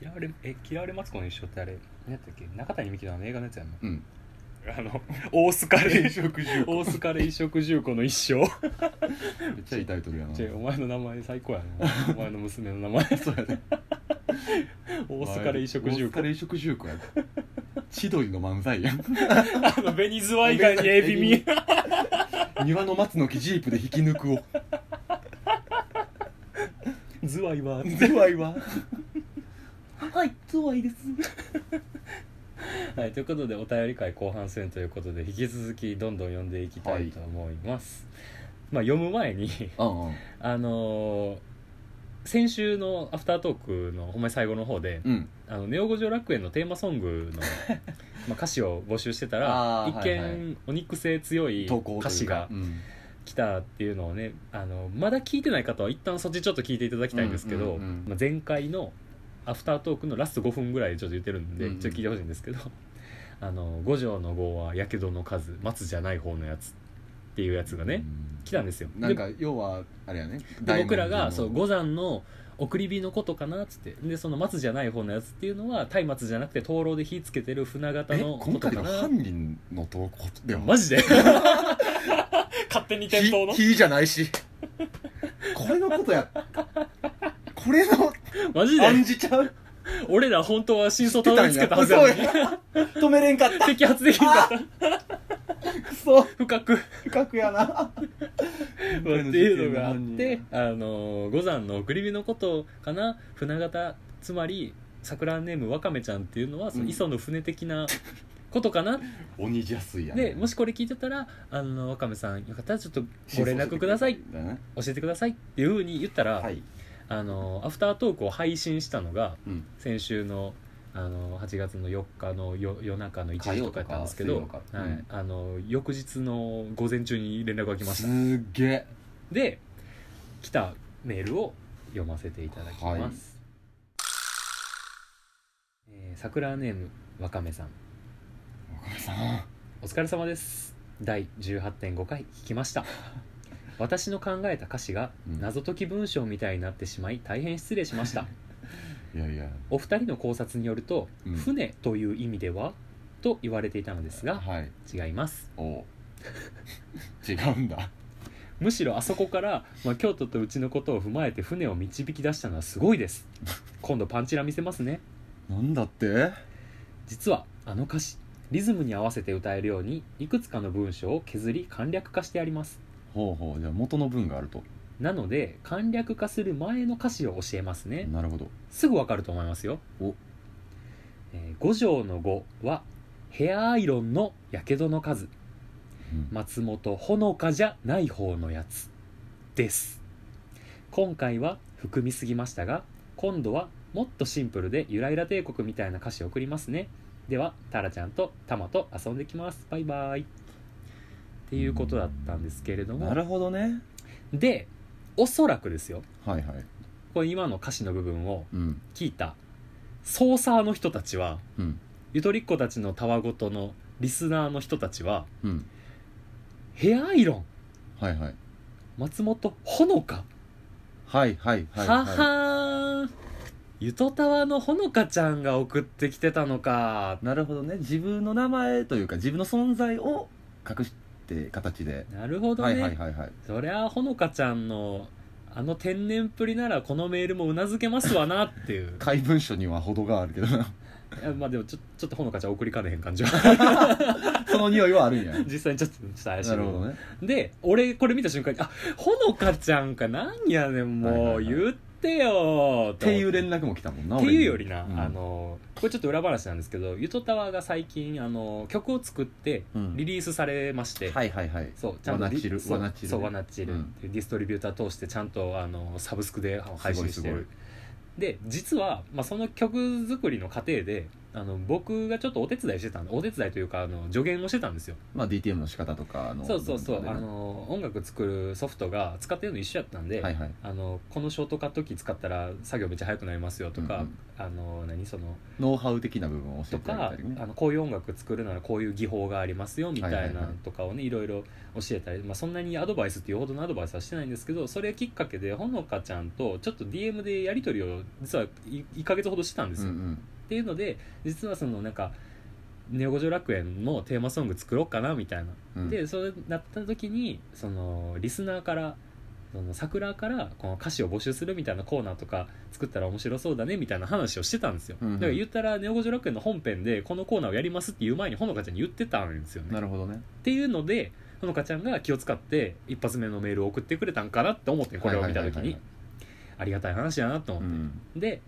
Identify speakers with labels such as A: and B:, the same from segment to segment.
A: 嫌われえ嫌われマツコの一生ってあれ何やったっけ中谷美紀のあの映画のや つやんな
B: うん
A: あの大須カレ
B: 転
A: ー
B: 職中
A: 大須カレー移植重工の一生
B: めっちゃいいタイトルやな
A: ちょお前の名前最高やなお前の娘の名 前
B: そうやね
A: 大須カレー移植
B: オ
A: 重
B: スカ
A: 工
B: レ移植重工や千鳥の漫才やん
A: あのベニズ ワイガニエビミ
B: 庭の松の木ジープで引き抜くを
A: ズワイは
B: ズワイははいズワイです
A: はい、ということでお便り会後半戦ということで引き続きどんどん読んでいきたいと思います、まあ読む前に
B: うんうん
A: あのー先週のアフタートークのほんまに最後の方で
B: うん
A: 「あのネオ五条楽園」のテーマソング のまあ歌詞を募集してたら
B: あー
A: 一見、
B: はい
A: お肉性強い
B: 投稿というか
A: 歌詞が
B: うん
A: 来たっていうのをねあのまだ聞いてない方は一旦そっちちょっと聞いていただきたいんですけど、
B: うんうんうん
A: まあ、前回のアフタートークのラスト5分ぐらいでちょっと言ってるんで、
B: うんうん
A: ちょっと聞いてほしいんですけど 「あの五条の号はやけどの数松じゃない方のやつ」っていうやつがね、来たんですよ。
B: なんか要はあれやね
A: でで僕らがそう
B: ご
A: 五山の送り火のことかなっつってでその松じゃない方のやつっていうのは松明じゃなくて灯籠で火つけてる船形
B: え
A: のこ
B: 今
A: と
B: 回
A: か
B: の
A: な
B: 犯人の投稿では
A: マジで 勝手に
B: 火
A: 点灯の
B: 火じゃないしこれのことやこれの
A: マジで
B: 暗示ちゃう
A: 俺ら本当は真相たどり着けたはずやの
B: そう
A: に
B: や止めれんかった
A: 摘発できんかった
B: クソ
A: 深くっ
B: 深くやな
A: ていうのがあってあの五山の送り火のことかな船形つまり桜ネームわかめちゃんっていうのはその
B: うん
A: 磯の船的なことかな、
B: 鬼じゃすいや
A: でもしこれ聞いてたらあのわかめさんよかったらちょっとご連絡ください
B: だね
A: 教えてくださいっていうふうに言ったら、
B: はい
A: あのアフタートークを配信したのが
B: うん
A: 先週のあの8月の4日のよ夜中の1時とかやったんですけ
B: 火
A: ど
B: 曜とか水曜か
A: は
B: うん
A: い、あの翌日の午前中に連絡が来ました
B: すっげえ
A: で来たメールを読ませていただきます、えー桜ネームわかめさん
B: 岡部さん
A: お疲れ様です第18.5回聞きま した私の考えた歌詞が
B: うん
A: 謎解き文章みたいになってしまい大変失礼しま した
B: いやいや
A: お二人の考察によると、
B: うん
A: 船という意味ではと言われていたのですが
B: はい
A: 違います
B: お違うんだ
A: むしろあそこから、まあ、京都とうちのことを踏まえて船を導き出したのはすごい です今度パンチラ見せますね
B: なんだって
A: 実はあの歌詞リズムに合わせて歌えるようにいくつかの文章を削り簡略化してあります
B: ほうほうじゃあ元の文があると
A: なので簡略化する前の歌詞を教えますね
B: なるほど
A: すぐわかると思いますよ
B: お
A: えー五条の五はヘアアイロンのやけどの数
B: うん
A: 松本ほのかじゃない方のやつです今回は含みすぎましたが今度はもっとシンプルでゆらゆら帝国みたいな歌詞を送りますねではタラちゃんとタマと遊んできますバイバイっていうことだったんですけれど
B: な
A: も
B: るほどね
A: でおそらくですよ
B: はいはい
A: これ今の歌詞の部分を
B: うん
A: 聞いたソーサーの人たちは
B: うん
A: ゆとりっ子たちのたわごとのリスナーの人たちは
B: うん
A: ヘアアイロン
B: はいはい
A: 松本ほのか
B: はいはいはい
A: は
B: は
A: はーんゆとたわのほのかちゃんが送ってきてたのか
B: いなるほどね自分の名前というか自分の存在を隠して形で
A: なるほど
B: は
A: ね、
B: いはいはいはい
A: そりゃあほのかちゃんのあの天然っぷりならこのメールもうなずけますわなっていう い
B: 怪文書には程があるけどな
A: やまあでもちょちょっとほのかちゃん送りかねへん感じは
B: その匂いはあるんや
A: 実際にちょっとちょっと怪しい
B: なるほどね
A: で俺これ見た瞬間にあほのかちゃんかなんやねんも
B: は
A: う
B: いはいはい
A: 言ってよー
B: っていう
A: 連
B: 連絡も来たもんな
A: っていうよりな、
B: 俺に
A: あのこれちょっと裏話なんですけどゆとたわが最近あの曲を作って
B: うん
A: リリースされまして、
B: はいはいはい
A: そうちゃんと
B: ワナチル
A: そう
B: ワナチルね
A: そうワナチル、
B: うん
A: ディストリビューター通してちゃんとあのサブスクであの配信して
B: すごいす
A: るで実は、まあ、その曲作りの過程であの僕がちょっとお手伝いしてたんでお手伝いというかあの助言をしてたんですよ
B: まあ DTM の仕方とかの
A: そうそうそう、
B: 部分
A: あ
B: とかね
A: の音楽作るソフトが使ってるの一緒やったんで、
B: はいはい
A: あのこのショートカット機使ったら作業めっちゃ速くなりますよとか、
B: うんうん
A: あの何その
B: ノウハウ的な部分を教
A: と
B: えてあ
A: か、
B: げたりね
A: あのこういう音楽作るならこういう技法がありますよみた
B: はい
A: い
B: はい
A: な
B: はい
A: とかをねいろいろ教えたり、まあ、そんなにアドバイスっていうほどのアドバイスはしてないんですけどそれきっかけでほのかちゃんとちょっと DM でやり取りを実はい1ヶ月ほどしてたんです
B: うん
A: よ、
B: う
A: っ
B: ん
A: ていうので実はそのなんか「ネオ五条楽園」のテーマソング作ろうかなみたいな
B: うん
A: でそうなった時にそのリスナーからその桜からこの歌詞を募集するみたいなコーナーとか作ったら面白そうだねみたいな話をしてたんですよ、
B: うんうん
A: だから言ったら「ネオ五条楽園」の本編でこのコーナーをやりますっていう前にほのかちゃんに言ってたんですよね
B: な
A: っ
B: るほどね
A: ていうのでほのかちゃんが気を使って一発目のメールを送ってくれたんかなって思ってこれを見た時
B: はいはいはい
A: にありがたい話だなと思
B: は
A: っ
B: い
A: て、
B: うん
A: で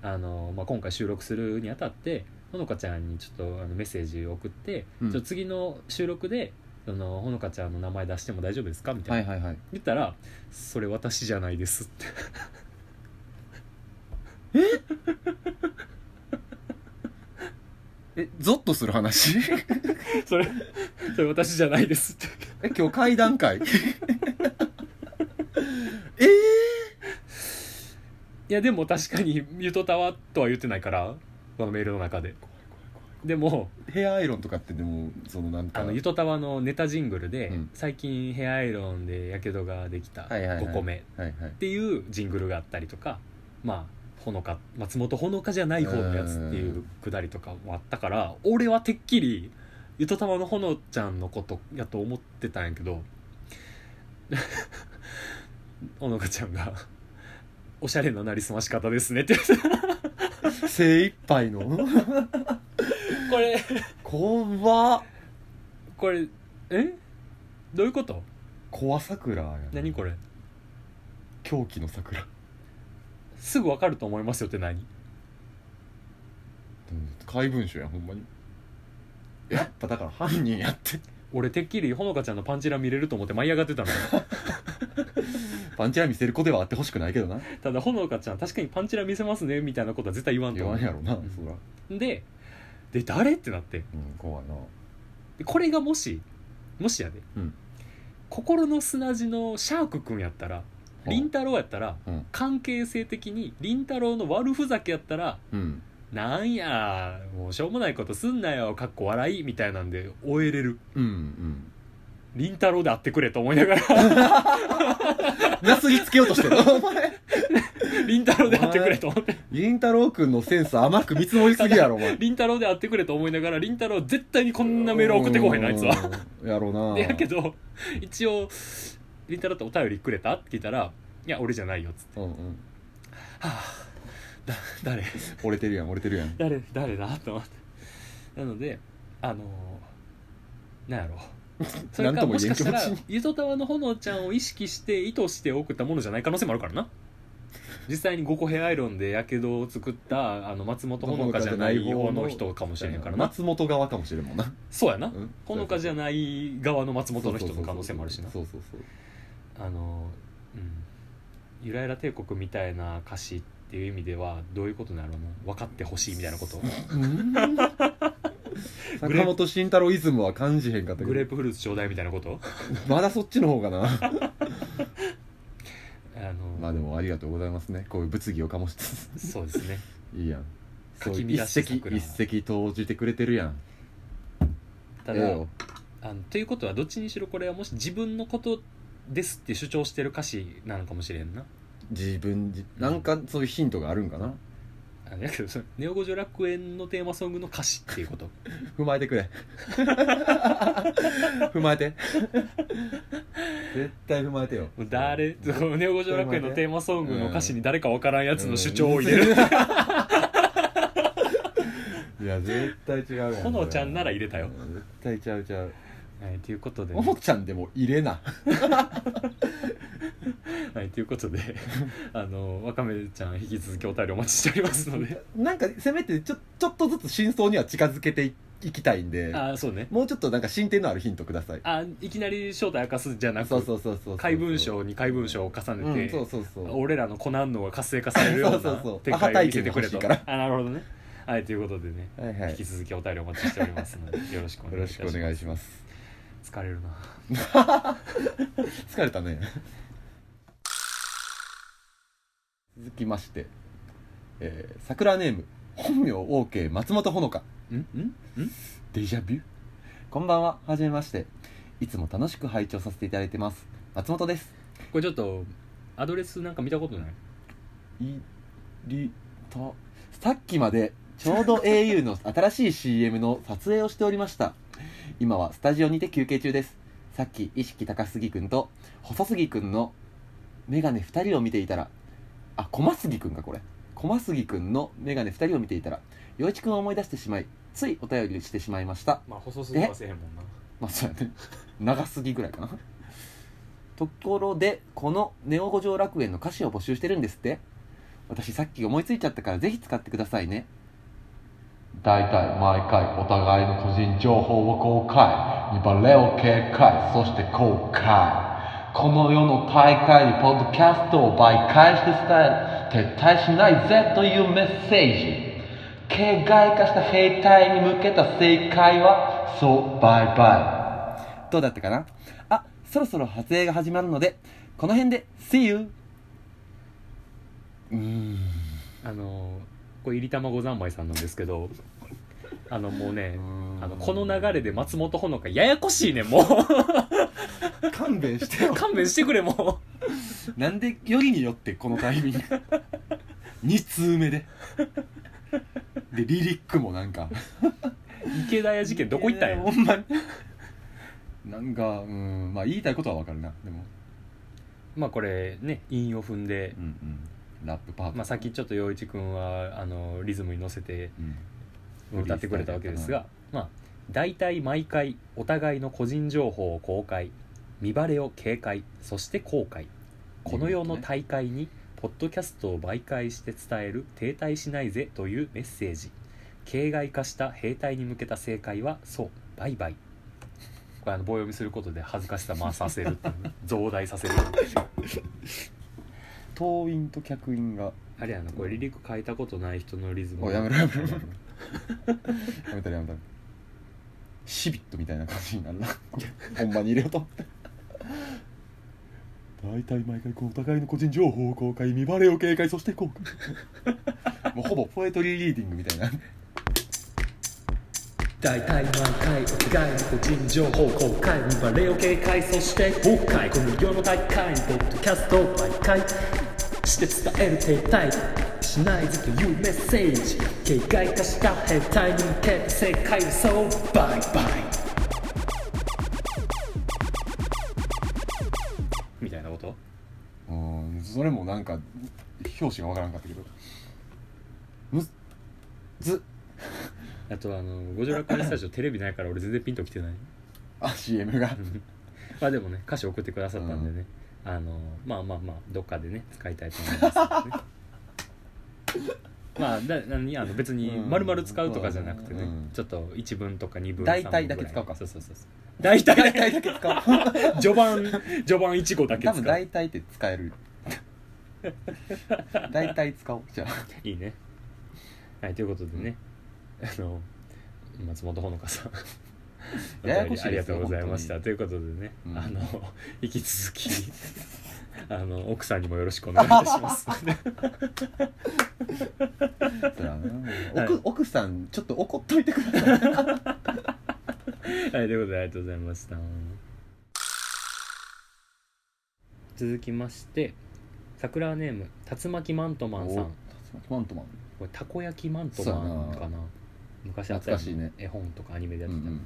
A: あの、まあ、今回収録するにあたってほのかちゃんにちょっとあのメッセージを送って、
B: うん
A: ちょっと次の収録でそのほのかちゃんの名前出しても大丈夫ですかみたいな、
B: はいはいはい
A: 言ったら「それ私じゃないです」って
B: えゾッとする話
A: 「それそれ私じゃないです」って
B: え今日会談会え
A: いやでも確かに「ゆとたわ」とは言ってないからこのメールの中ででも
B: ー、ヘアアイロンとかってでもそのなん
A: あ
B: か
A: のゆとたわのネタジングルで、
B: うん
A: 最近ヘアアイロンでやけどができた
B: はいはいはい
A: 5個目、
B: はいはい
A: っていうジングルがあったりとかまあほのか松本ほのかじゃない方のやつっていうくだりとかもあったから俺はてっきりゆとたまのほのちゃんのことやと思ってたんやけど ほのかちゃんが「おしゃれななりすまし方ですね」って言って
B: 精一杯の
A: これ
B: 怖っ
A: これえどういうこと
B: 怖桜やな
A: 何これ
B: 狂気の桜
A: すぐわかると思いますよって何
B: 怪文書やんほんまにやっぱだから犯人やって
A: 俺てっきりほのかちゃんのパンチラ見れると思って舞い上がってたの
B: パンチラ見せる子ではあってほしくないけどな
A: ただほのかちゃん確かにパンチラ見せますねみたいなことは絶対言わんと
B: 言
A: 思
B: わ
A: うん
B: やろな、
A: ん
B: そら、
A: でで誰ってなって
B: うん、怖いな
A: でこれがもしもしやで、
B: うん
A: 心の砂地のシャークくんやったら凛太郎やったら、
B: うん
A: 関係性的に凛太郎の悪ふざけやったら
B: うん
A: なんやもうしょうもないことすんなよかっこ笑いみたいなんで終えれる
B: うんうん
A: 凛太郎であってくれと思いなが ら
B: なすりつけようとして るお前
A: 凛太郎であってくれと思って
B: 銀太郎君のセンス甘く見積もりすぎやろお前
A: 凛太郎であってくれと思いながら凛太郎絶対にこんなメールは送ってこへんなあいつは
B: うんやろうな
A: でやけど 一応「りんたろってお便りくれた?」って聞いたら「いや俺じゃないよ」っつって
B: うんうん
A: 「はあだ誰
B: 折れてるやん折れてるやん
A: 誰誰だ?」と思ってなのであのーなんやろ それ
B: なん
A: か
B: とも
A: もし
B: 言え
A: かし
B: ん気
A: た
B: 持
A: ら
B: ちに
A: ゆとたわのほのちゃんを意識して意図して送ったものじゃない可能性もあるからな実際に5個ヘアアイロンでやけどを作ったあの松本ほのかじゃない方の人かもしれへんからな
B: 松本側かもしれんもんな
A: そうやな
B: うん
A: ほのかじゃない側の松本の人の可能性もあるしな
B: そうそうそう
A: あの、うん、ゆらゆら帝国みたいな歌詞っていう意味ではどういうことなの分かってほしいみたいなこと
B: 坂本慎太郎イズムは感じへんかった
A: グレ
B: け
A: ープフルーツちょうだいみたいなこと
B: どまだそっちの方 がな
A: あの、
B: まあでもありがとうございますねこういう物議を醸しつつ
A: そうですね
B: いいやん
A: か
B: そう
A: き
B: 一
A: 乱し
B: 石
A: 桜
B: 一石投じてくれてるやん
A: た
B: ええ
A: だ
B: よ
A: あのということはどっちにしろこれはもし自分のことですって主張してる歌詞なのかもしれんな
B: 自分じなんかそういうヒントがあるんかな
A: あのやけどそのネオ五条楽園のテーマソングの歌詞っていうこと
B: 踏まえて くれ踏まえて絶対踏まえてよ
A: もう誰
B: うん
A: そのネオ五条楽園のテーマソングの歌詞に誰か分からんやつの主張を入れる、
B: いや絶対違 うやん
A: ほのちゃんなら入れたよ
B: うん絶対ちゃうちゃう
A: はい、ということでね、
B: ほのちゃんでも入れな
A: はい、ということ であのわかめちゃん引き続きお便りお待ちしておりますの で
B: なんかせめてちょちょっとずつ真相には近づけていいきたいんで
A: あそうね
B: もうちょっとなんか進展のあるヒントください
A: あいきなり正体明かすじゃなく
B: そうそうそうそうそう
A: 怪文書に怪文書を重
B: う
A: ねて、
B: んそうそうそう
A: 俺らのコナン脳が活性化されるよう
B: そ
A: な
B: うそうそう
A: 展開を見せてくれ
B: アハ体験が欲しい
A: と
B: から
A: あなるほどねはいということでね、
B: はいはい
A: 引き続きお便りお待ちしております のでよろしくお
B: よ
A: 願いい
B: ろ
A: た
B: し
A: し
B: くお
A: ます
B: 願いします
A: 疲れるな
B: 疲れたね続きまして、えー、桜ネーム本名 OK 松本穂香
A: んんん
B: デジャビュこんばんははじめましていつも楽しく拝聴させていただいてます松本です
A: これちょっとアドレスなんか見たことない
B: いりたさっきまでちょうど au の新しい CM の撮影をしておりました今はスタジオにて休憩中ですさっき意識高すぎくんと細すぎくんのメガネ2人を見ていたらあ小すぎくんかこれ小すぎくんのメガネ2人を見ていたら陽一くんを思い出してしまいついお便りしてしまいました
A: まあ細す
B: ぎは
A: せへんもんな
B: まあそうやね長すぎぐらいかなところでこの「ネオ五条楽園」の歌詞を募集してるんですって私さっき思いついちゃったからぜひ使ってくださいね大体毎回お互いの個人情報を公開見バレを警戒そして公開この世の大会にポッドキャストを媒介して伝える撤退しないぜというメッセージ形骸化した兵隊に向けた正解はそうバイバイどうだったかなあそろそろ撮影が始まるのでこの辺で See you うーん
A: あのこれいりたまご三昧さんなんですけどあのもうねあのこの流れで松本ほのかややこしいねんもう
B: 勘弁してよ
A: 勘弁してくれも
B: なんでよりによってこのタ イミング2通目ででリリックもなんか
A: う池田屋事件どこ行ったんや
B: いほんまになんかうんまあ言いたいことはわかるなでも
A: まあこれね韻を踏んで
B: う、んうんラップパート
A: まあ、さっきちょっと陽一君はあのリズムに乗せて
B: うん
A: 歌ってくれたわけですが、まあ、大体毎回お互いの個人情報を公開見バレを警戒そして後悔この世の大会にポッドキャストを媒介して伝える「停滞しないぜ」というメッセージ形骸化した兵隊に向けた正解はそうバイバイこれあの棒読みすることで恥ずかしさ回させるっていうね増大させる
B: 党員と客員が
A: あれやなこれリリック変えたことない人のリズム
B: おやめろやめろやめろやめたらやめたらシビットみたいな感じになるなほんまに入れようと思って大体毎回こうお互いの個人情報を公開見バレを警戒そして公開もうほぼポエトリーリーディングみたいな
A: 大体毎回お互いの個人情報公開見バレを警戒そして崩壊この世の大会にポッドキャストを媒介して伝える停滞しないぜというメッセージ形骸化した兵隊に向けて世界をそうバイバイみたいなこと
B: うーんそれもなんか表紙がわからんかったけどむず
A: あとあの「ゴジラカリスタジオ」テレビないから俺全然ピンときてない
B: あ CM が
A: まあでもね歌詞送ってくださったんでね、あのまあまあまあどっかでね使いたいと思いますけどね まあだ何あの別に
B: うん
A: 丸々使うとかじゃなくてね、
B: うん
A: ちょっと1文とか2文
B: 大
A: 3
B: 体
A: 文ぐらい
B: だけ使うか
A: そうそうそうそう大体
B: 大体だけ使う
A: 序盤序盤1語だけ
B: 多
A: 使う
B: 分大体って使える大体使おうじゃあ
A: いいねはいということでね、あの松本穂香さん
B: ややこしい
A: あり
B: で
A: が
B: す
A: と
B: よ
A: うございまし
B: 本
A: たということでね、
B: うん
A: あの引き続 きあの奥さんにもよろしくお願いいたし ます
B: そうやな
A: はい
B: 奥奥さんちょっと怒っといてください
A: はい、ということでありがとうございました。続きまして、桜ネーム、竜巻マントマンさん。
B: お
A: こ
B: マントマン
A: れ、たこ焼きマントマンかな。昔あった
B: 懐かしいね
A: 絵本とかアニメでや
B: う
A: っ
B: んう
A: てた。
B: ん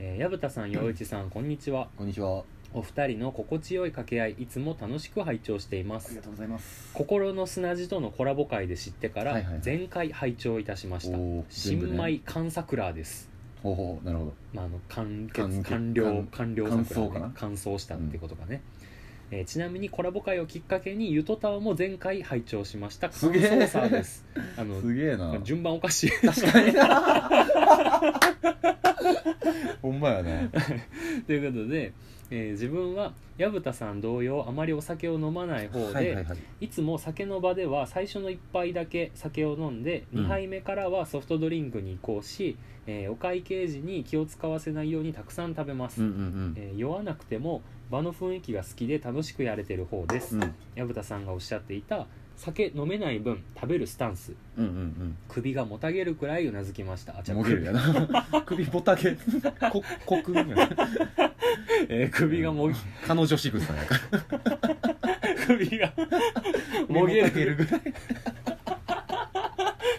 A: えー矢蓋さん、洋一さん、こんにちは。
B: こんにちは
A: お二人の心地よい掛け合い、いつも楽しく拝聴していま
B: あり
A: す
B: が。とうございます
A: 心の砂地とのコラボ会で知ってか
B: は
A: ら
B: いはいはい
A: 全回拝聴いたしました、
B: おー全部ね
A: 新米寒桜です
B: ほうほうなるほど
A: まあ、あの完
B: 完
A: 結
B: 結
A: 完了完了
B: 完
A: 作
B: 走
A: が
B: か
A: ね
B: な
A: 完走したってことがね、えーちなみにコラボ会をきっかけにゆとたわも前回拝聴しました
B: すげえ
A: 完走さ ですあの
B: すげえな
A: 順番おかしい
B: 確かにほんまやな
A: ということで、えー自分は薮田さん同様あまりお酒を飲まない方で、
B: はい
A: い
B: はいはい
A: つも酒の場では最初の1杯だけ酒を飲んで、
B: うん
A: 2杯目からはソフトドリンクに移行し、えーお会計時に気を使わせないようにたくさん食べます、
B: うんうん
A: えー酔わなくても場の雰囲気が好きで楽しくやれてる方です、
B: うんうん
A: 薮田さんがおっしゃっていた酒飲めない分食べるスタンス
B: うんうん
A: 首がもたげるくらいうなずきましたあ
B: う
A: じゃ
B: ん
A: あ
B: もげるやな 首ぼたげここくんやな
A: えー首がもぎ
B: 彼女仕草やから
A: 首 がもげる
B: ぐらい古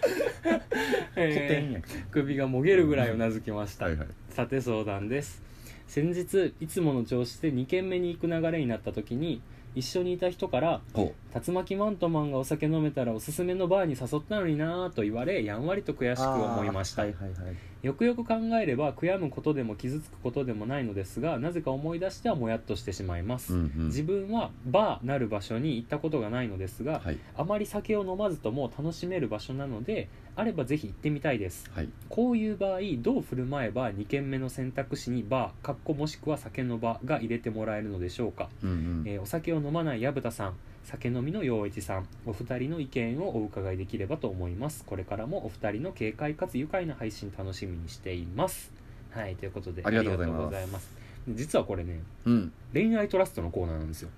A: え
B: 典や
A: ー首がもげるぐらいうなずきました、
B: はいはい
A: さて相談です先日いつもの調子で2軒目に行く流れになった時に一緒にいた人から
B: ほ
A: 「竜巻マントマンがお酒飲めたらおすすめのバーに誘ったのになぁ」と言われやんわりと悔
B: う
A: しく思いました、
B: はいはいはい
A: よくよく考えれば悔やむことでも傷つくことでもないのですがなぜか思い出してはもやっとしてしまいます、
B: うんうん
A: 自分はバーなる場所に行ったことがないのですが、
B: はい
A: あまり酒を飲まずとも楽しめる場所なのであればぜひ行ってみたいです
B: はい
A: こういう場合どう振る舞えば2軒目の選択肢にバーかっこもしくは酒の場が入れてもらえるのでしょうか、
B: うんうん
A: えーお酒を飲まない薮田さん酒飲みの陽一さんお二人の意見をお伺いできればと思いますこれからもお二人の軽快かつ愉快な配信楽しみにしていますはいということで
B: ありがとうござい
A: あ
B: ます
A: りがとうます実はこれね
B: うん
A: 恋愛トラストのコーナーなんですよ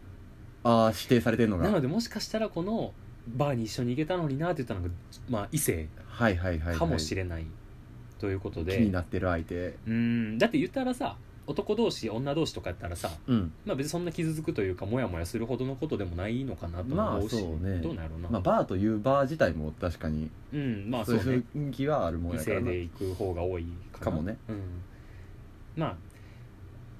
B: ああ指定されてるのが
A: なのでもしかしたらこのバーに一緒に行けたのになって言ったのが、まあ、異性
B: はいはいはいはい
A: かもしれない、ということで
B: 気になってる相手
A: うんだって言ったらさ男同士女同士とかやったらさ、
B: うん
A: まあ、別にそんな傷つくというかモヤモヤするほどのことでもないのかなと
B: まあ
A: 思うし、
B: そうね
A: どうなんやろうな、
B: まあバーというバー自体も確かに
A: うんまあそ
B: そう
A: う
B: い
A: ね
B: う雰囲気はあるもん
A: 異
B: やから
A: 性
B: な
A: で行く方が多いかな
B: かもね、
A: うん、まあ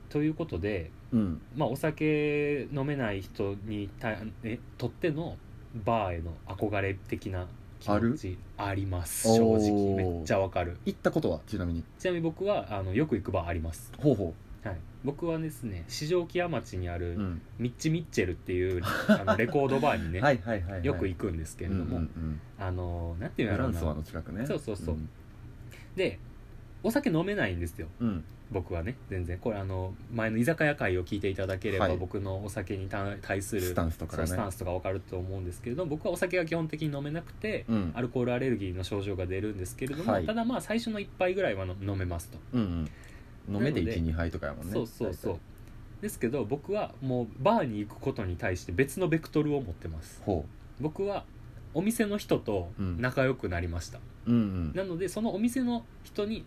A: ということで、
B: うん
A: まあ、お酒飲めない人にたえとってのバーへの憧れ的な気持ちあります
B: おー
A: 正直めっちゃわかる
B: 行ったことはちなみに
A: ちなみに僕はあのよく行くバーあります
B: ほうほ
A: はい、僕はですね四条木屋町にあ
B: う、
A: る
B: ん、
A: ミッチ・ミッチェルっていう、 あのレコードバーにね、
B: はいはいはい、はい、
A: よく行
B: く
A: くんですけ
B: け
A: れども、
B: うんうん
A: あのなんて
B: う
A: い
B: ん、
A: うん
B: フ
A: やろう
B: ランスワ
A: な
B: の近くね
A: そうそうそうんでお酒飲めないんですよ
B: うん
A: 僕はね全然これあの前の居酒屋会を聞いていただければ、
B: はい
A: 僕のお酒に対対する
B: スタンスとか
A: そ
B: ね
A: のスタンスとか分かると思うんですけれども僕はお酒が基本的に飲めなくて、
B: うん
A: アルコールアレルギーの症状が出るんですけれども、
B: はい
A: ただまあ最初の1杯ぐらいはの飲めますと、
B: うんうん飲めて
A: なので
B: 12杯とかやもんね
A: そうそうそうですけど僕はもうバーに行くことに対して別のベクトルを持ってます
B: ほ
A: 僕はお店の人と
B: うん
A: 仲良くなりました、
B: ううんうん
A: なのでそのお店の人に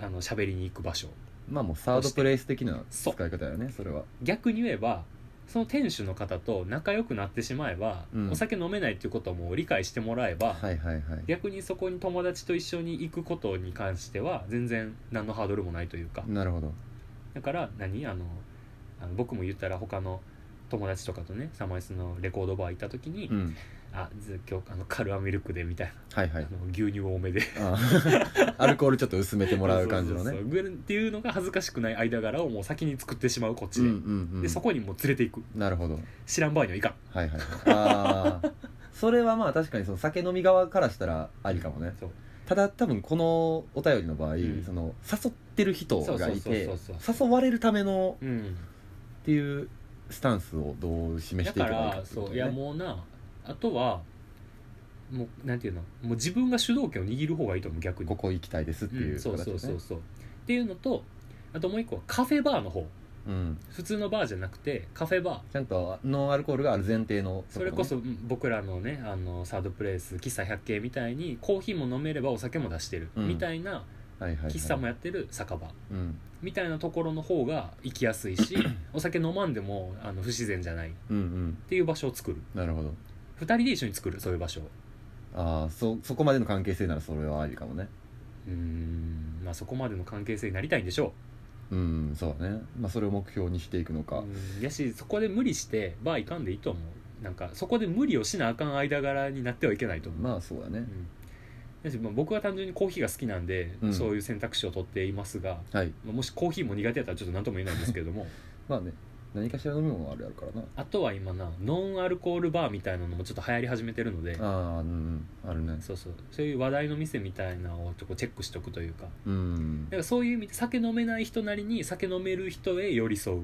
A: あの喋りに行く場所
B: まあもうサードプレイス的な使
A: そう
B: い方よねそれは
A: 逆に言えばその店主の方と仲良くなってしまえば、
B: うん
A: お酒飲めないっていうことも理解してもらえば、
B: はいはいはい
A: 逆にそこに友達と一緒に行くことに関しては全然何のハードルもないというか、
B: なるほど
A: だから何あのあの僕も言ったら他の友達とかとねサマイスのレコードバー行った時に「
B: うん
A: あず今日あのカルアミルクで」みたい
B: はいは
A: な、
B: い
A: あの牛乳多めで
B: あー アルコールちょっと薄めてもらう感じの
A: そ
B: ね
A: うそうそうぐるっていうのが恥ずかしくない間柄をもう先に作ってしまうこっち
B: うん
A: で,、
B: うんうん
A: でそこにもう連れていく
B: なるほど
A: 知らんバーにはいかん
B: はいはいああそれはまあ確かにその酒飲み側からしたらありかもね
A: そう
B: ただ多分このお便りの場合、
A: ん
B: その誘ってる人がいて
A: そうそうそう
B: 誘われるための
A: うん
B: っていうスタンスをどう示
A: だ
B: してい
A: か
B: けばいいかっ
A: ら
B: てこ
A: そ
B: と
A: う
B: ね
A: いやもうなあとはもうなんていうのもう自分が主導権を握る方がいいと思う逆に
B: ここ行きたいですっていう
A: うん
B: 形で、
A: そ
B: ね
A: うそうそうそうっていうのとあともう一個はカフェバーの方
B: うん
A: 普通のバーじゃなくてカフェバー
B: ちゃんとノンアルコールがある前提のと
A: そ
B: こね
A: れこそうん僕らのねあのサードプレイス喫茶百景みたいにコーヒーも飲めればお酒も出してる、
B: うん
A: みたいな
B: はいはいはい
A: 喫茶もやってる酒場
B: うん
A: みたいなところの方が行きやすい しお酒飲まんでもあの不自然じゃないっ
B: うんうん
A: ていう場所を作る
B: なるほど
A: 2人で一緒に作るそういう場所を
B: ああそそこまでの関係性ならそれはありかもね
A: うーんまあそこまでの関係性になりたいんでしょ
B: うんそうだねまあそれを目標にしていくの
A: う
B: か、
A: うんやしそこで無理してバー行かんでいいと思うなんかそこで無理をしなあかん間柄になってはいけないと思う
B: まあそうだね
A: うんだしまあ僕は単純にコーヒーが好きなんで、
B: うん
A: そういう選択肢を取っていますが
B: はい
A: まあもしコーヒーも苦手だったらちょっと何とも言えないんですけれど も
B: まあね何かしら飲み物があるやろからな
A: あとは今なノンアルコールバーみたいなのもちょっと流行り始めてるので
B: ああうんうんあるね
A: そうそうそういう話題の店みたいなのをちょっとチェックしておくというか
B: うん
A: だからそういう意味で酒飲めない人なりに酒飲める人へ寄り添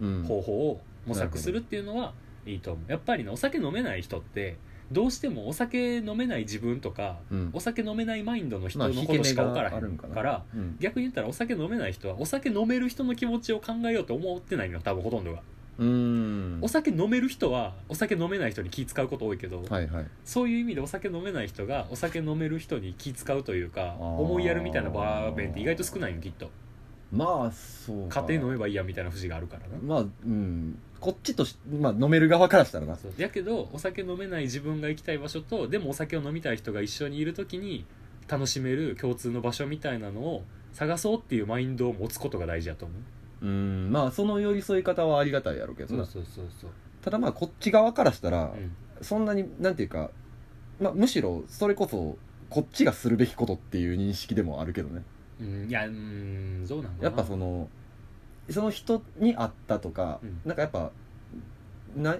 A: う
B: うん
A: 方法を模索するっていうのはいいと思うやっぱりねお酒飲めない人ってどうしてもお酒飲めない自分とか
B: うん
A: お酒飲めないマインドの人
B: まあ
A: のことしか分からへ
B: 引け目がある
A: ん
B: んかな
A: から
B: うん
A: 逆に言ったらお酒飲めない人はお酒飲める人の気持ちを考えようと思ってないのよ多分ほとんどが
B: うん
A: お酒飲める人はお酒飲めない人に気使うこと多いけど
B: はいはい
A: そういう意味でお酒飲めない人がお酒飲める人に気使うというか
B: あー
A: 思いやるみたいな場面って意外と少ないのきっと
B: まあそう
A: 家
B: か
A: 庭飲めばいいやみたいな節があるからな
B: まあうんこっちとし、まあ、飲める側からしたらな
A: そうやけどお酒飲めない自分が行きたい場所とでもお酒を飲みたい人が一緒にいる時に楽しめる共通の場所みたいなのを探そうっていうマインドを持つことが大事だと思う
B: うんまあその寄り添い方はありがたいやろうけどな
A: そうそうそう、
B: ただまあこっち側からしたら、
A: うん、
B: そんなになんていうか、まあ、むしろそれこそこっちがするべきことっていう認識でもあるけどね
A: うんいやうーんそうなんかな
B: やっぱそのその人に会ったとか、
A: うん
B: なんかやっぱな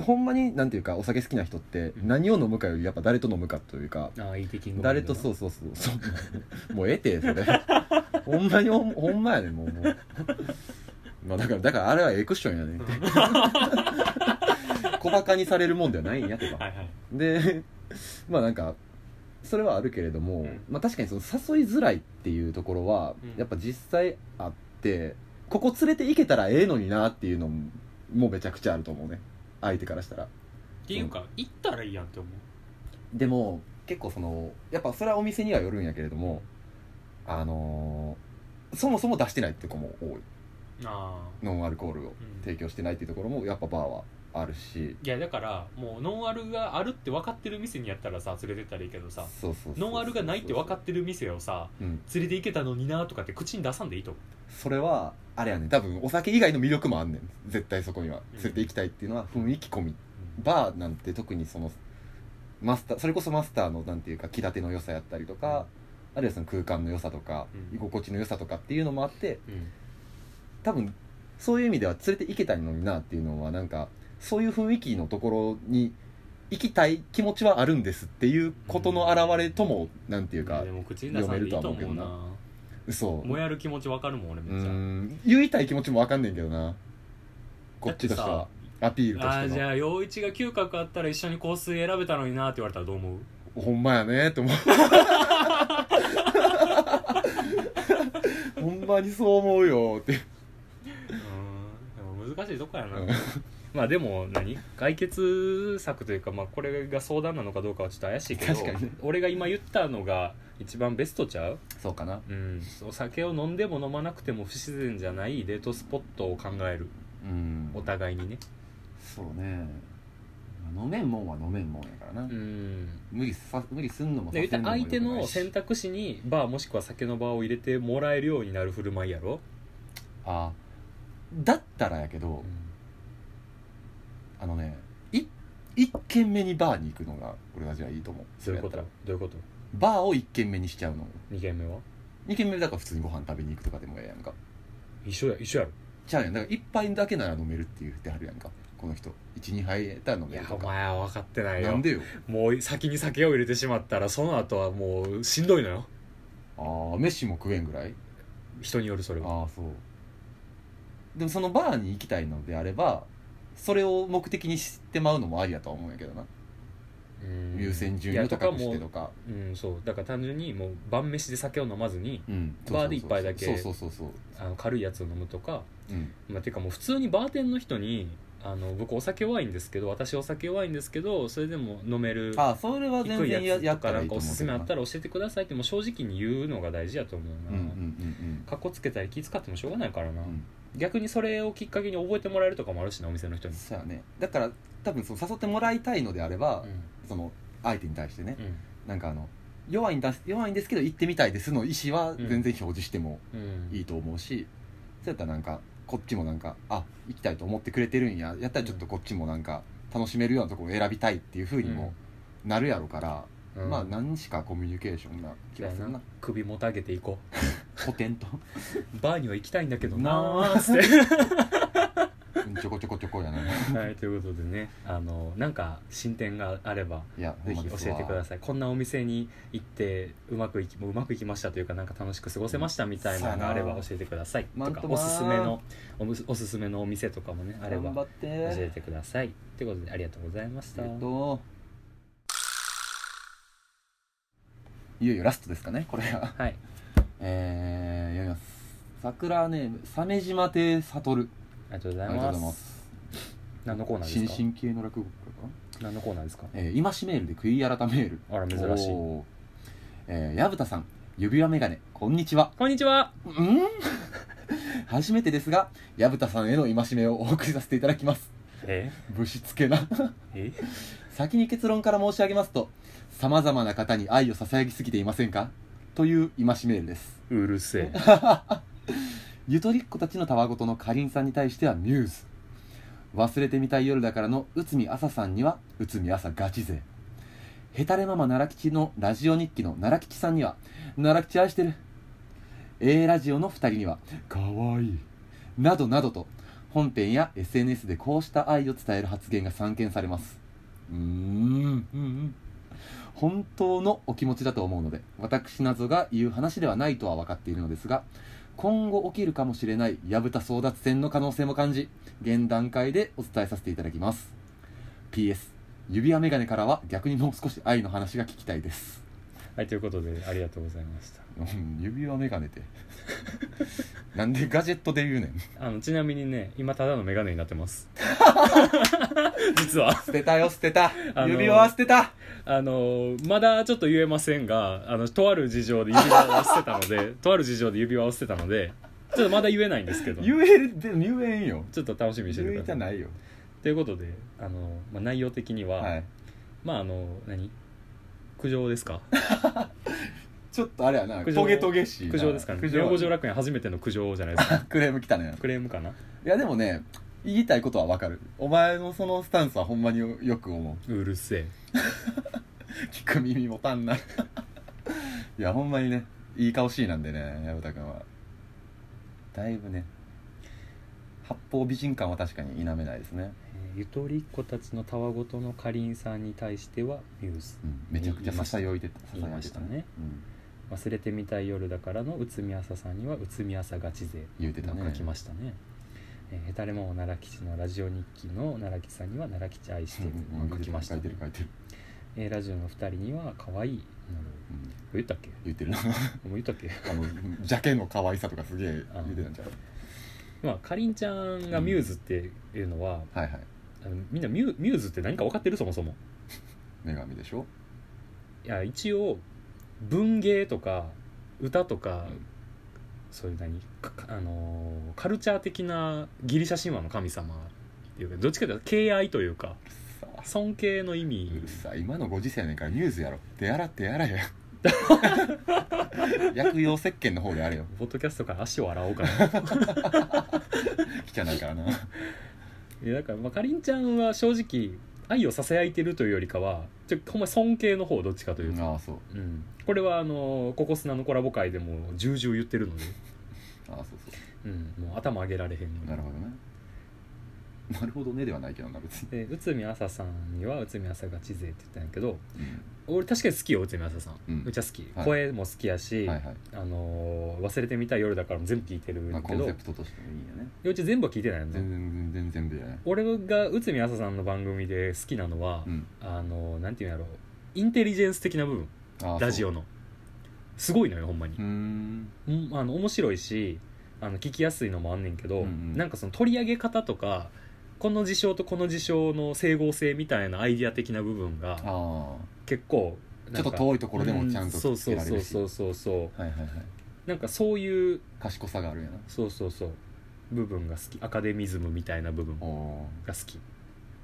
B: ほんまになんていうかお酒好きな人って
A: うん
B: 何を飲むかよりやっぱ誰と飲むかというか、
A: ああいいテキング
B: 誰 とそうそうそうそうもうええてそれ ほんまにほんほんまやねもうもうまあだからだからあれはエクッションやねんって小バカにされるもんではないんやとか
A: はいはい
B: で まあなんかそれはあるけれども、
A: うん
B: まあ、確かにその誘いづらいっていうところは、
A: うん
B: やっぱ実際あってここ連れて行けたらええのになっていうのももうめちゃくちゃあると思うね相手からしたら
A: っていうか行ったらいいやんって思う
B: でも結構そのやっぱそれはお店にはよるんやけれどもあのーそもそも出してないっていう子も多い
A: ああ
B: ノンアルコールを
A: うん
B: 提供してないっていうところもやっぱバーはあるし
A: いやだからもうノンアルがあるって分かってる店にやったらさ連れてったらいいけどさ
B: そうそうそうそう
A: ノンアルがないって分かってる店をさ
B: うん
A: 連れて行けたのになとかって口に出さんでいいと思
B: それはあれやねん多分お酒以外の魅力もあんねん絶対そこには連れて行きたいっていうのは雰囲気込み
A: う
B: バーなんて特にそのマスターそれこそマスターのなんていうか気立ての良さやったりとか、あるいはその空間の良さとか、
A: うん
B: 居心地の良さとかっていうのもあって
A: うん、うん
B: 多分そういう意味では連れて行けたのになっていうのはなんかそういう雰囲気のところに行きたい気持ちはあるんですっていうことの表れとも、なんていう
A: いや
B: か
A: でも口に出さんでいいと思
B: 読
A: う
B: めると
A: な
B: は嘘
A: もやる気持ちわかるもん俺
B: う
A: めっちゃ
B: ん言いたい気持ちもわかんねんけどなこっちとして
A: だ
B: は
A: っ
B: アピールと
A: ああ
B: し
A: じ
B: て
A: ゃあ陽一が嗅覚あったら一緒に香水選べたのになって言われたらどう思う
B: のほんまやねと思う ほんまにそう思うよって
A: うーんでも難しいとこやな
B: うん
A: まあでも何解決策というか、まあ、これが相談なのかどうかはちょっと怪しいけど
B: 確かにね
A: 俺が今言ったのが一番ベストちゃう
B: そうかな
A: うんお酒を飲んでも飲まなくても不自然じゃないデートスポットを考える
B: うん
A: お互いにね
B: そうね飲めんもんは飲めんもんやからな、
A: うん
B: 無理さ無理すんのも
A: で言ったら相手の選
B: 択
A: 択肢にバーもしくは酒のバーを入れてもらえるようになる振る舞いやろ、
B: あだったらやけどあのねい一軒目にバーに行くのが俺はじゃあいいと思う
A: そういうこと
B: や
A: ど
B: った
A: ういうこと
B: らバーを一軒目にしちゃうの
A: 2軒目は
B: 2軒目だから普通にご飯食べに行くとかでもええやんか
A: 一緒や一緒やろ
B: ちゃうやんだから一杯だけなら飲めるって言ってはるやんかこの人12杯やったら飲
A: い
B: め
A: や
B: ると
A: お
B: か
A: 前は分かってない
B: な
A: よ
B: んでよ
A: もう先に酒を入れてしまったらその後はもうしんどいのよ
B: ああ飯も食えんぐらい
A: 人によるそれは
B: ああそうでもそのバーに行きたいのであればそれを目的にしてまうのもありやとは思うんやけどな、
A: うん
B: 優先順位を高くし
A: い
B: て
A: や
B: と
A: とか
B: か
A: もううんそうだから単純にもう晩飯で酒を飲まずに
B: うんそうそうそう
A: バーで一杯だけ
B: そうそうそうそう
A: あの軽いやつを飲むとか
B: うん
A: まあ、てかもう普通にバーテンの人にあの僕お酒弱いんですけど私お酒弱いんですけどそれでも飲める
B: ああそれは全
A: 低い
B: 然や
A: や
B: や
A: つ
B: っ
A: とか
B: た
A: な
B: らい
A: ん
B: い
A: か
B: と
A: お
B: 思
A: す
B: う
A: す
B: け
A: め
B: ど
A: あ
B: な
A: ったら教えてくださいってもう正直に言うのが大事やと思うな、
B: うんうんうん
A: かっこつけたり気遣ってもしょうがないからな、
B: うん
A: 逆にそれをきっかけに覚えてもらえるとかもあるしなお店の人
B: うん
A: に、
B: そうやねだから多分その誘ってもらいたいのであれば
A: う、ん
B: その相手に対してね
A: うん
B: なんかあの弱いんだ弱いんですけど行ってみたいですの意思は
A: ん
B: 全然表示しても
A: うん、
B: いいと思うし、そうやったらなんかこっちもなんかあ行きたいと思ってくれてるんややったらちょっとこっちもなんか楽しめるようなところを選びたいっていうふうにもなるやろから、
A: うん
B: まあ何しかコミュニケーションな気
A: そう
B: が
A: や
B: するな
A: な首もたげていこ
B: 古典と
A: うバーには行きたいんだけどな
B: な
A: ーっつって
B: ちょこちょこちょこ やな、
A: はいということでねあのなんか進展があれば
B: いや
A: ぜひ教えてくだ
B: さ
A: さいこんなお店に行ってうまくいきもううまくいきましたというかなんか楽しく過ごせましたみたいなのがあれば教えてください
B: ま
A: と
B: ん
A: か
B: とま
A: おすすめのおむおすすめのお店とかもねあれば
B: 頑
A: 教
B: 張って
A: えてくださいということでありがとうございました
B: えっといよいよラストですかねこれは
A: はい
B: えー、読みます桜ネーム鮫島亭悟
A: ありがとうござ
B: あ
A: い
B: りがとう
A: ま
B: ござ
A: す
B: います
A: 何のコーナー
B: 新
A: ですか
B: 進系の落語家かな
A: 何のコーナーですか
B: えー、今しメールで食い改める
A: あら珍しい
B: おーえー、矢蓋さん指輪メガネこんにちは
A: こんにちは
B: うん初めてですが矢蓋さんへの戒めをお送りさせていただきます
A: え
B: ぶしつけな
A: え
B: 先に結論から申し上げますとさまざまな方に愛をささやきすぎていませんかという戒めメールです
A: うるせえ
B: ゆとりっ子たちのたわごとのかりんさんに対してはミューズ忘れてみたい夜だからの内海朝さんには内海朝ガチ勢ヘタレママ奈良吉のラジオ日記の奈良吉さんには奈良吉愛してる A ラジオの2人にはかわいいなどなどと本編や SNS でこうした愛を伝える発言が散見されますうーんうんうん本当のお気持ちだと思うので私などが言う話ではないとは分かっているのですが今後起きるかもしれない矢蓋争奪戦の可能性も感じ現段階でお伝えさせていただきます PS 指輪メガネからは逆にもう少し愛の話が聞きたいです
A: はいということでありがとうございました
B: うん指輪メガネって なんでガジェットで言うねん
A: あのちなみにね今ただのメガネになってます 実は
B: 捨てたよ捨てた
A: あの
B: 指輪は捨てた
A: あのまだちょっと言えませんがあのとある事情で指輪を捨てたの でとある事情で指輪を捨てたのでちょっとまだ言えないんですけどち
B: 言えるでも言えんよ
A: ょっと楽しみにしてて
B: 言え
A: く
B: た
A: ださい
B: ないよ
A: ということであの、まあ、内容的には、
B: はい
A: まああの何苦情ですか
B: ちょっとあれやな
A: 苦情
B: トゲトゲしいな
A: 苦情ですかね
B: 苦
A: 上五条
B: 情
A: 楽園初めての苦情じゃないですか
B: クレーム来たね
A: クレームかない
B: やでもね言いたいことはわかるお前のそのスタンスはほんまによよく思う
A: うるせえ
B: 聞く耳もたんない いやほんまにねいい顔しいなんでね矢蓋君はだいぶね八方美人感は確かに否めないですね、
A: えーゆとりっ子たちのたわごとのかりんさんに対してはミューズ
B: うん、めちゃくちゃささよいてた
A: 言いました
B: ささやいてうん、
A: 忘れてみたい夜だからの内海朝さんには内海朝ガチ勢
B: 言うてたね
A: 書きましたね「えーへたれも奈良吉のラジオ日記」の奈良吉さんには奈良吉愛してる
B: うん
A: 書きました、
B: 書いてる書いてる、
A: えーラジオの二人には可愛いなる
B: うん、
A: 言ったっけも
B: 言ってる な
A: う言ったっけ
B: あのジャケの可愛さとかすげえ言うてたんちゃう
A: まあかりんちゃんがミューズっていうのは、
B: はいはい
A: あのみんなミュミューズって何か分かってるそもそも
B: 女神でしょ
A: いや一応文芸とか歌とか、
B: うん
A: そういう何かかあのーカルチャー的なギリシャ神話の神様っていうかどっちかというと敬愛というか
B: さあ
A: 尊敬の意味
B: うるさい今のご時世やねんからニュースやろ手洗ってや らや 薬用石鹸の方であれよ
A: ポッドキャストから足を洗おうかな
B: 来ちゃないからない
A: やだから、まあ、かりんちゃんは正直愛をささやいてるというよりかはちょほんま尊敬の方どっ ちかというか、
B: ああそう
A: うん、これはあのココスナのコラボ会でも重々言ってるので、
B: ああそうそ
A: うん、もう頭上げられへん
B: う
A: の
B: なるほどねなるほどねではないけどな別に、
A: で内海朝さんには内海朝が知勢って言ったんやけど俺確かに好きよ内海朝さん、
B: うん
A: めっちゃ好き、
B: はい
A: 声も好きやし、
B: はいはい、
A: あのー忘れてみたい夜だからも全部聞いてるん
B: ま
A: だ
B: あ、コ
A: け
B: ン
A: ど、
B: セプトとしてもいいよね
A: 幼稚園全部は聞いてないのね
B: 全然全然全部じゃない
A: 俺が内海朝さんの番組で好きなのは、
B: うん
A: あのなんていうんやろうインテリジェンス的な部分
B: ああ
A: ラジ
B: オ
A: オのすごいのよほんまに
B: うー、ん
A: うんあの面白いしあの聞きやすいのもあんねんけど、
B: うんうん
A: なんかその取り上げ方とかこの事象とこの事象の整合性みたいなアイディア的な部分が
B: ああ
A: 結構
B: ちょっと遠いと
A: と
B: ころでもちゃんと
A: そう
B: つ
A: そ
B: け
A: う
B: られ
A: そう
B: るし
A: そうそうそう
B: はいはいはい
A: なんかそういう
B: 賢さがあるんやな
A: そうそうそう部分が好きアカデミズムみたいな部分が
B: おお
A: 好き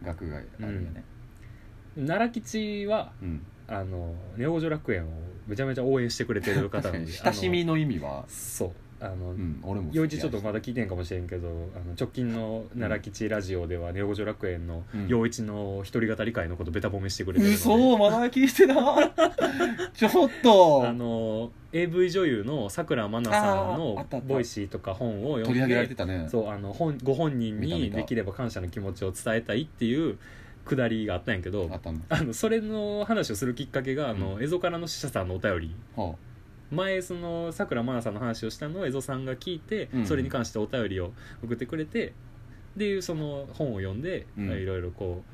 B: ー学があるよね
A: 奈良吉は
B: うん、
A: あのネオ・ゴジョ楽園をめちゃめちゃ応援してくれてる方な
B: 確
A: の
B: かに
A: で
B: 親しみ
A: あ
B: の意味は
A: のそうあの、
B: うん俺も
A: 陽一ちょっとまだ聞いてんかもしれんけどあの直近の奈良吉ラジオではネオ五条楽園の
B: うん
A: 陽一の一人語り会のことベタ褒めしてくれてるので、
B: 嘘まだ聞いてな ちょっと
A: あの AV 女優のさくらまなさん
B: あーあ
A: の
B: ったあった
A: ボイシーとか本を読
B: 取
A: ん
B: り
A: で
B: 上げられてたね
A: そうあの本ご本人
B: 見た見
A: に
B: た
A: できれば感謝の気持ちを伝えたいっていうくだりがあったんやけど
B: あったんだ
A: あのそれの話をするきっかけがあの、エゾからの死者さんのお便り
B: は
A: 前そのさくらまなさんの話をしたのをエゾさんが聞いて、
B: うん
A: それに関してお便りを送ってくれてでその本を読んで、
B: うん
A: いろいろこう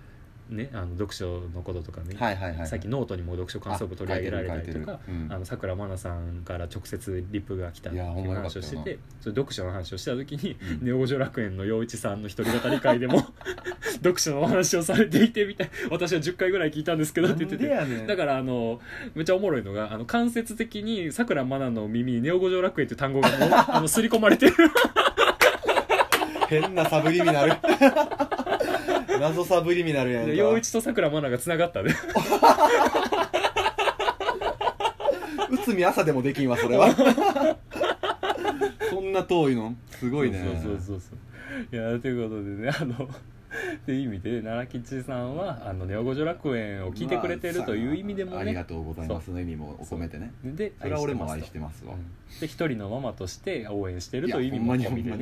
A: ねあの読書のこととかね、
B: あはいはいはい
A: さっきノートにも読書感想文取り上げられたりとか
B: あ書いてる書いてるうん
A: あのさくらまなさんから直接リップが来たってい
B: いやほん
A: う
B: まよかった
A: 話
B: よ
A: をし
B: な
A: ててそれ読書の話をした時に
B: うん
A: ネオジョ楽園の陽一さんの一人語り会でも読書のお話をされていてみたい私は10回ぐらい聞いたんですけどって言ってて。
B: なんでやねん
A: だからあのめっちゃおもろいのがあの間接的にさくらまなの耳に「ネオ五条楽園」っていう単語がもうあの刷り込まれ てる
B: 変なサブリミナル 謎サブリミナルやんか
A: で陽一とさくらまながつながったね
B: 内海朝でもできんわそれはそんな遠いのすごいね
A: そうそうそうそういやということでねあのっていう意味で奈良吉さんは「あのネオ五条楽園」を聞いてくれてるという意味で
B: まあ
A: も
B: あり
A: ね、
B: がとうございますの意味も込めてね
A: で
B: それは俺も愛して
A: ま
B: ます
A: す
B: わ
A: とうんで一人のママとして応援してるという意味
B: いや
A: も
B: ほんまに
A: 込みでね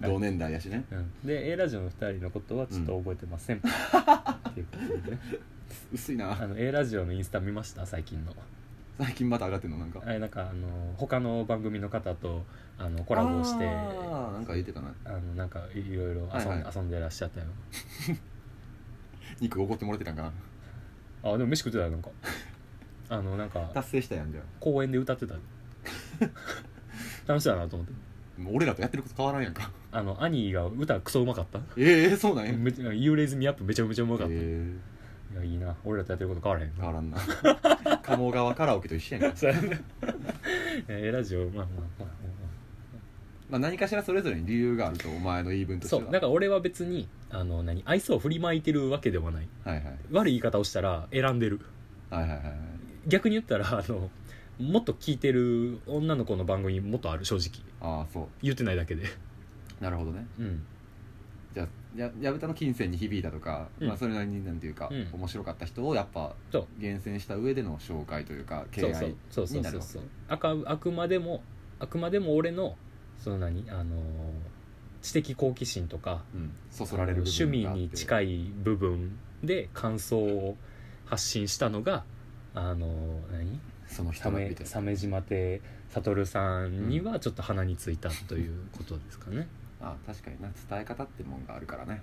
A: はい
B: 同年代やしね
A: うんで A ラジオの2人のことはちょっと覚えてません、っていうことでね
B: 薄い
A: あ
B: な
A: の A ラジオのインスタ見ました最近の
B: 最近また上がってんのなんか
A: あれなんかあの他の番組の方とあのコラボしてあ
B: あーなんか言ってたな
A: のなんかいろいろ遊ん,、
B: はいはい
A: 遊んでらっしゃったよ
B: 肉おごってもらってたんかな
A: あでも飯食ってたよ なんかあのなんか
B: 達成したやんじゃあ
A: 公園で歌って た楽しそうだなと思って
B: もう俺らとやってること変わらんやんか
A: あの兄が歌クソうまかった
B: ええそうなんや
A: め幽霊ズミアップめちゃめちゃうまかった、
B: え
A: いやいいな俺らとやってること変わらへん
B: ー変
A: な
B: わ らんな鴨川カラオケと一緒やんか
A: そうやね えーラジオまあまあまあまあ
B: まあ何かしらそれぞれに理由があるとお前の言い分
A: まあ
B: として
A: そ
B: は
A: うだから俺は別にあの何愛想を振りまいてるわけではない
B: はいはい
A: 悪い言い方をしたら選んでる
B: はいはいはいはい
A: 逆に言ったらあのもっと聞いてる女の子の番組もっとある正直
B: ああそ
A: 言ってないだけで
B: うなるほどね
A: うん
B: じゃあややぶたの金銭に響いたとか、
A: うん
B: まあ、それなりになんていうか、
A: うん
B: 面白かった人をやっぱ
A: そう
B: 厳選した上での紹介というか敬
A: そう
B: 愛
A: そうそうそう
B: に
A: そ
B: なる
A: う
B: わけ
A: そうあかあくまでもあくまでも俺のその何あの知的好奇心とか
B: うん、そそられる部分
A: 趣味
B: があって
A: に近い部分で感想を発信したのがあの何
B: その人の
A: 鮫
B: みたいな
A: 鮫島亭悟さんにはちょっと鼻についたということですかね、
B: あ確かにな伝え方ってもんがあるからね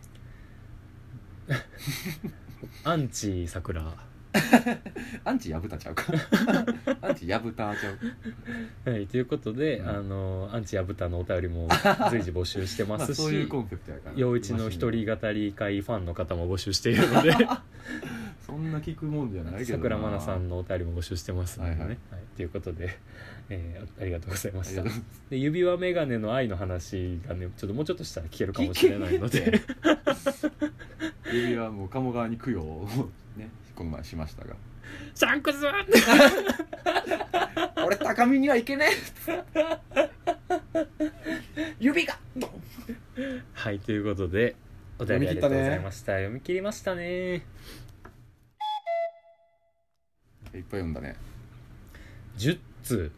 A: アンチ桜
B: アンチやぶたち ゃうかアンチやぶたちゃう
A: はい、ということで、
B: うん
A: あのアンチやブタのお便り も随時募集してま
B: まあ
A: す
B: そう
A: し
B: いうコンセプトやから
A: 陽一の一人語り会ファンの方も募集しているので
B: そんな聞くも んじゃないけ
A: さ
B: ど
A: くらまな
B: な
A: さんのお便りも募集してますのでね、は
B: は
A: いい
B: はい
A: ということで、えーありがとうございま
B: あり
A: し
B: が
A: た
B: とうござい
A: で指輪メガネの愛の話がねちょっともうちょっとしたら聞けるかもしれないので
B: ます指輪もう鴨川に供養を ねこの前しましたが
A: シャンク ス
B: 俺高みにはいけねえ指が
A: はいということでお便りありがとうございました読み切りましたね
B: いっぱい読んだね
A: 10通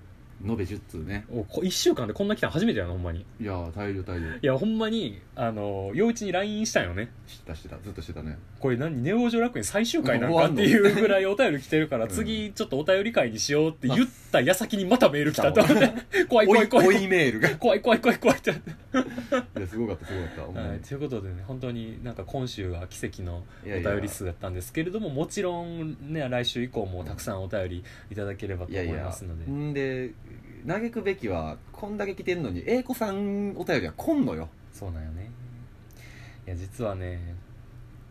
B: 延べ10通ね
A: おこ1週間でこんな来たの初めてやなほんまに
B: いやー大量大量
A: いやほんまにあの陽一に LINE したんよね
B: 知ってた知ってたずっとしてたね
A: これ何ネオ女楽園最終回なん
B: もう
A: か
B: 終
A: っ
B: わんの
A: ていうぐらいお便り来てるか
B: う
A: ら
B: ん
A: 次ちょっとお便り会にしようって言った矢先にまたメール来たと
B: 来た
A: 思って 怖い怖い怖い
B: 追いメール がい
A: 怖い怖い怖い怖いってなって
B: やすごかったすごかったほんまに
A: はいということでね本当になんか今週は奇跡のお
B: いやい
A: 便
B: や
A: り数だったんですけれどももちろんね来週以降もたくさんお便りいただければと
B: いや
A: 思
B: い
A: い
B: や
A: ますので
B: んで嘆くべきはこんだけ来てんのに英子さんお便りは来んのよ
A: そうなんよねいや実はね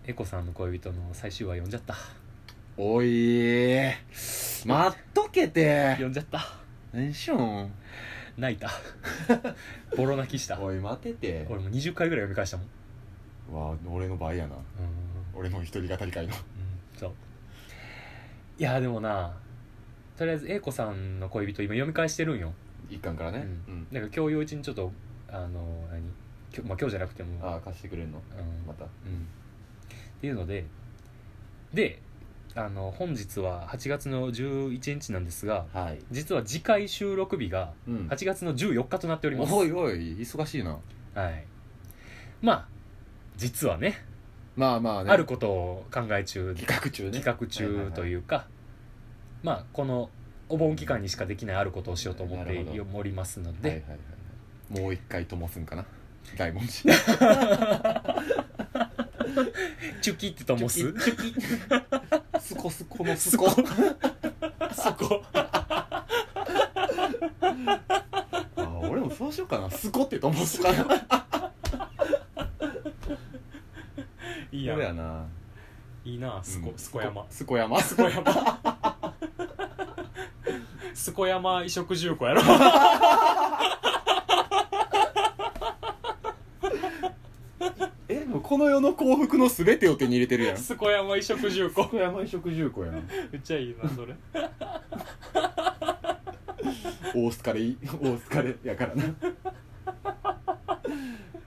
A: エコさんの恋人の最終話読んじゃった
B: おいー待っとけて
A: 読んじゃった
B: 何しよん
A: 泣いた ボロ泣きした
B: おい待てて
A: 俺もう20回ぐらい読み返したもん
B: わあ俺の場合やな
A: うん、
B: 俺の一人語り会の
A: うん、そういやでもなとりあえず A 子さんの恋人今読み返してるんよ
B: 一巻からね、
A: う
B: うん
A: なんか今日陽一にちょっとあの何きょまあ、今日じゃなくても
B: ああ貸してくれるの
A: うん
B: また
A: うんっていうのでであの本日は8月の11日なんですが
B: はい、
A: 実は次回収録日が
B: うん、
A: 8月の14日となっております
B: おいおい忙しいな
A: はいまあ実はね
B: まあまあね
A: あることを考え中
B: 企画中ね
A: 企画中というか、まあこのお盆期間にしかできないあることをしようと思っ
B: な
A: て
B: るほ
A: おりますの
B: はいは
A: で、
B: いはいはいもう一回ともすんかな大文 字
A: チュキってとも す
B: チュキチュキスコスコのスコ
A: スそこ
B: あー俺もそうしようかなスコってともすかな
A: いい
B: そ
A: や
B: うやない
A: いなすこ、すこ山
B: すこ山
A: すこ山すこ山移植重工やろ
B: えもうこの世の幸福の全てを手に入れてるやんす
A: すこ山移植重工
B: こ山移植重工やん
A: めっちゃいいなそれ
B: 大スカレい大スカレやからな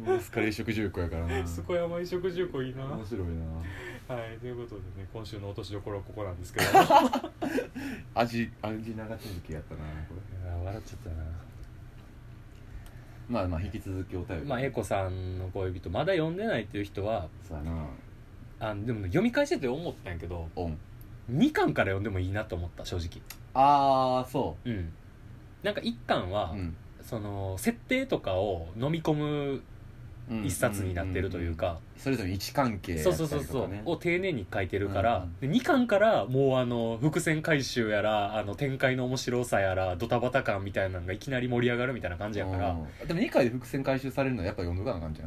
B: 大スカレ移植重工やからな
A: すこ山移植重工いいな
B: 面白いな
A: はいということでね今週の落としどころはここなんです けど
B: 味味長続きやったなこれ
A: 笑っちゃったな
B: まあまあ引き続きお便り
A: まあ、英子さんの恋人まだ読んでないっていう人は
B: そうやな
A: あのでもね読み返してて思ったんやけど
B: オン
A: 2巻から読んでもいいなと思った正直
B: ああそ
A: うんなんか1巻は
B: う、、
A: その設定とかを飲み込む
B: うん
A: 一冊になってるというか、
B: それぞれ位置関係やった
A: そう
B: り
A: そうそう
B: と
A: そ
B: か
A: う
B: ね
A: を丁寧に書いてるから、
B: うん
A: で2巻からもうあの伏線回収やらあの展開の面白さやらドタバタ感みたいなのがいきなり盛り上がるみたいな感じやから、
B: うんでも2回で伏線回収されるのはやっぱ読んどかなあかんじゃ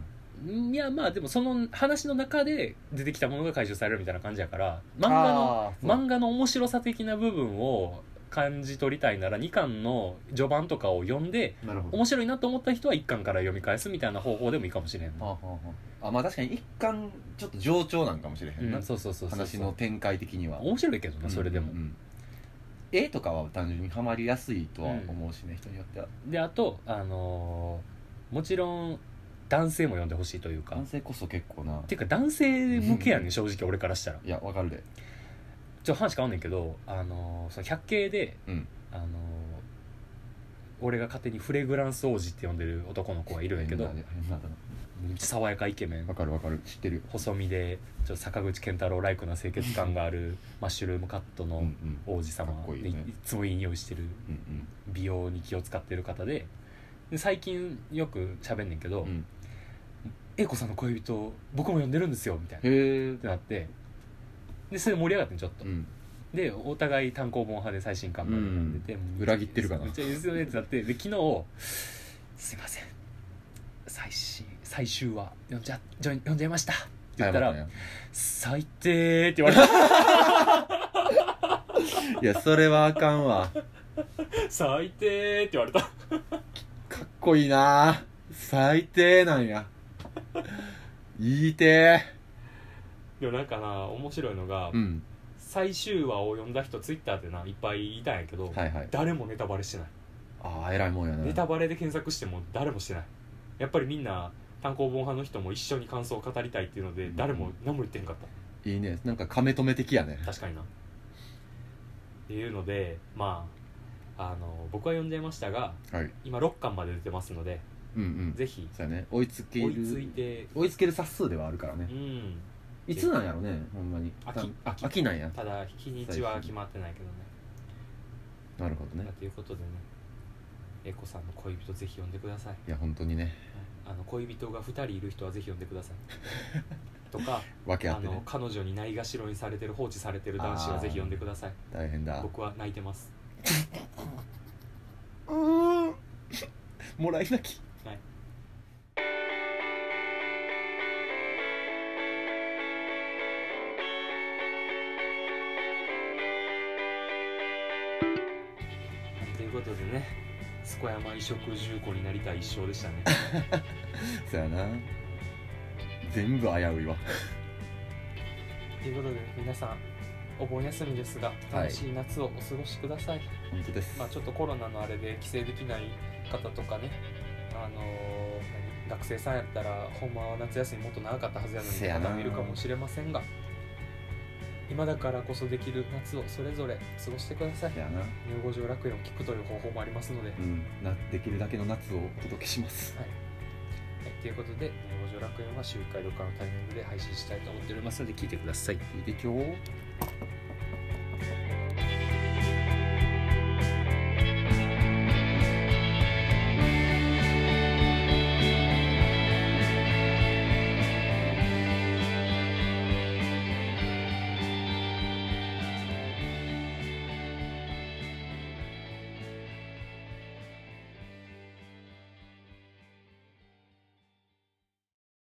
B: ん
A: いやまあでもその話の中で出てきたものが回収されるみたいな感じやから漫画の
B: あーそう
A: 漫画の面白さ的な部分を感じ取りたいなら2巻の序盤とかを読んで
B: なるほど
A: 面白いなと思った人は1巻から読み返すみたいな方法でもいいかもしれんな
B: はあはあはああまあ確かに一巻ちょっと冗長なんかもしれへ
A: うん
B: な、
A: ん、そうそうそうそう
B: 話の展開的には
A: 面白いけどなそれでも、
B: うんうんうん絵とかは単純にはまりやすいとは思うしね、人によっては
A: であとあのーもちろん男性も読んでほしいというか
B: 男性こそ結構な
A: ていうか男性向けや
B: う
A: ね
B: ん
A: 正直俺からしたら
B: いやわかるで
A: ちょっと話変わんねんけど、あのーその百景で、
B: うん
A: あのー俺が勝手にフレグランス王子って呼んでる男の子がいるんやけど
B: 変な変なだな
A: めっちゃ爽やかイケメン
B: わかるわかる知ってるよ
A: 細身でちょっと坂口健太郎ライクな清潔感があるマッシュルームカット
B: う
A: の
B: んうん
A: 王子様
B: かっこいい
A: で
B: ね
A: いつもいい匂いしてる
B: うん
A: 美容に気を使ってる方でで最近よく喋んねんけど
B: うんうん
A: 「英子さんの恋人僕も呼んでるんですよ」みたいなっ
B: へ
A: てなってでそれ盛り上がってんちょっと
B: え、うん、
A: でお互い単行本派で最新刊まで読んでて、もう
B: 裏切ってるかな
A: めっちゃいいですよねってなってで昨日「すいません最新最終話読んじゃ読んじゃいました」って言ったら
B: 謝っ
A: 「最低」って言われた
B: たんやいやそれはあかんわ
A: 「 最低」って言われた
B: かっこいいな最低なんや言いて
A: でもなんかな面白いのが、
B: ーうん
A: 最終話を読んだ人ツイッターでないっぱいいたんやけど、
B: はいはい
A: 誰もネタバレしてない、
B: ああ偉いもんやな
A: ネタバレで検索しても誰もしてないやっぱりみんな単行本派の人も一緒に感想を語りたいっていうので
B: うん
A: 誰も何も言ってへんかった
B: いいねなんか亀止め的やね
A: 確かになっていうのでまああの僕は読んじゃいましたが
B: はい
A: 今6巻まで出てますので
B: うんうん
A: ぜひ
B: そうやね追いつける
A: 追いついて
B: 追いつける冊数ではあるからね
A: うん
B: いつなんやろねほんまに
A: 秋
B: あ秋なんや
A: ただ日にちは決まってないけどね
B: なるほどね
A: ということでね英子さんの恋人ぜひ読んでください
B: いや本当にね
A: あの恋人が2人いる人はぜひ読んでください とか
B: 訳あ
A: あ
B: って
A: の
B: ね
A: 彼女にないがしろにされてる放置されてる男子はぜひ読んでください
B: 大変だ
A: 僕は泣いてます
B: うーん もらい泣き
A: はいということでね健山移植重工になりたい一生でした ね
B: そうやな全部危ういわ
A: ということで皆さんお盆休みですが
B: はい
A: 楽しい夏をお過ごしください、
B: 本当です、
A: まあ、ちょっとコロナのあれで帰省できない方とかね、あのー何学生さんやったらほんまは夏休みもっと長かったはずやのに
B: せやな
A: 方もいるかもしれませんが今だからこそできる夏をそれぞれ過ごしてください
B: だよな、
A: 入五条楽園を聞くという方法もありますので、はい
B: うん、なできるだけの夏をお届けします
A: ということで入五条楽園は集会とかのタイミングで配信したいと思っておりますので聞いてください
B: いいできょう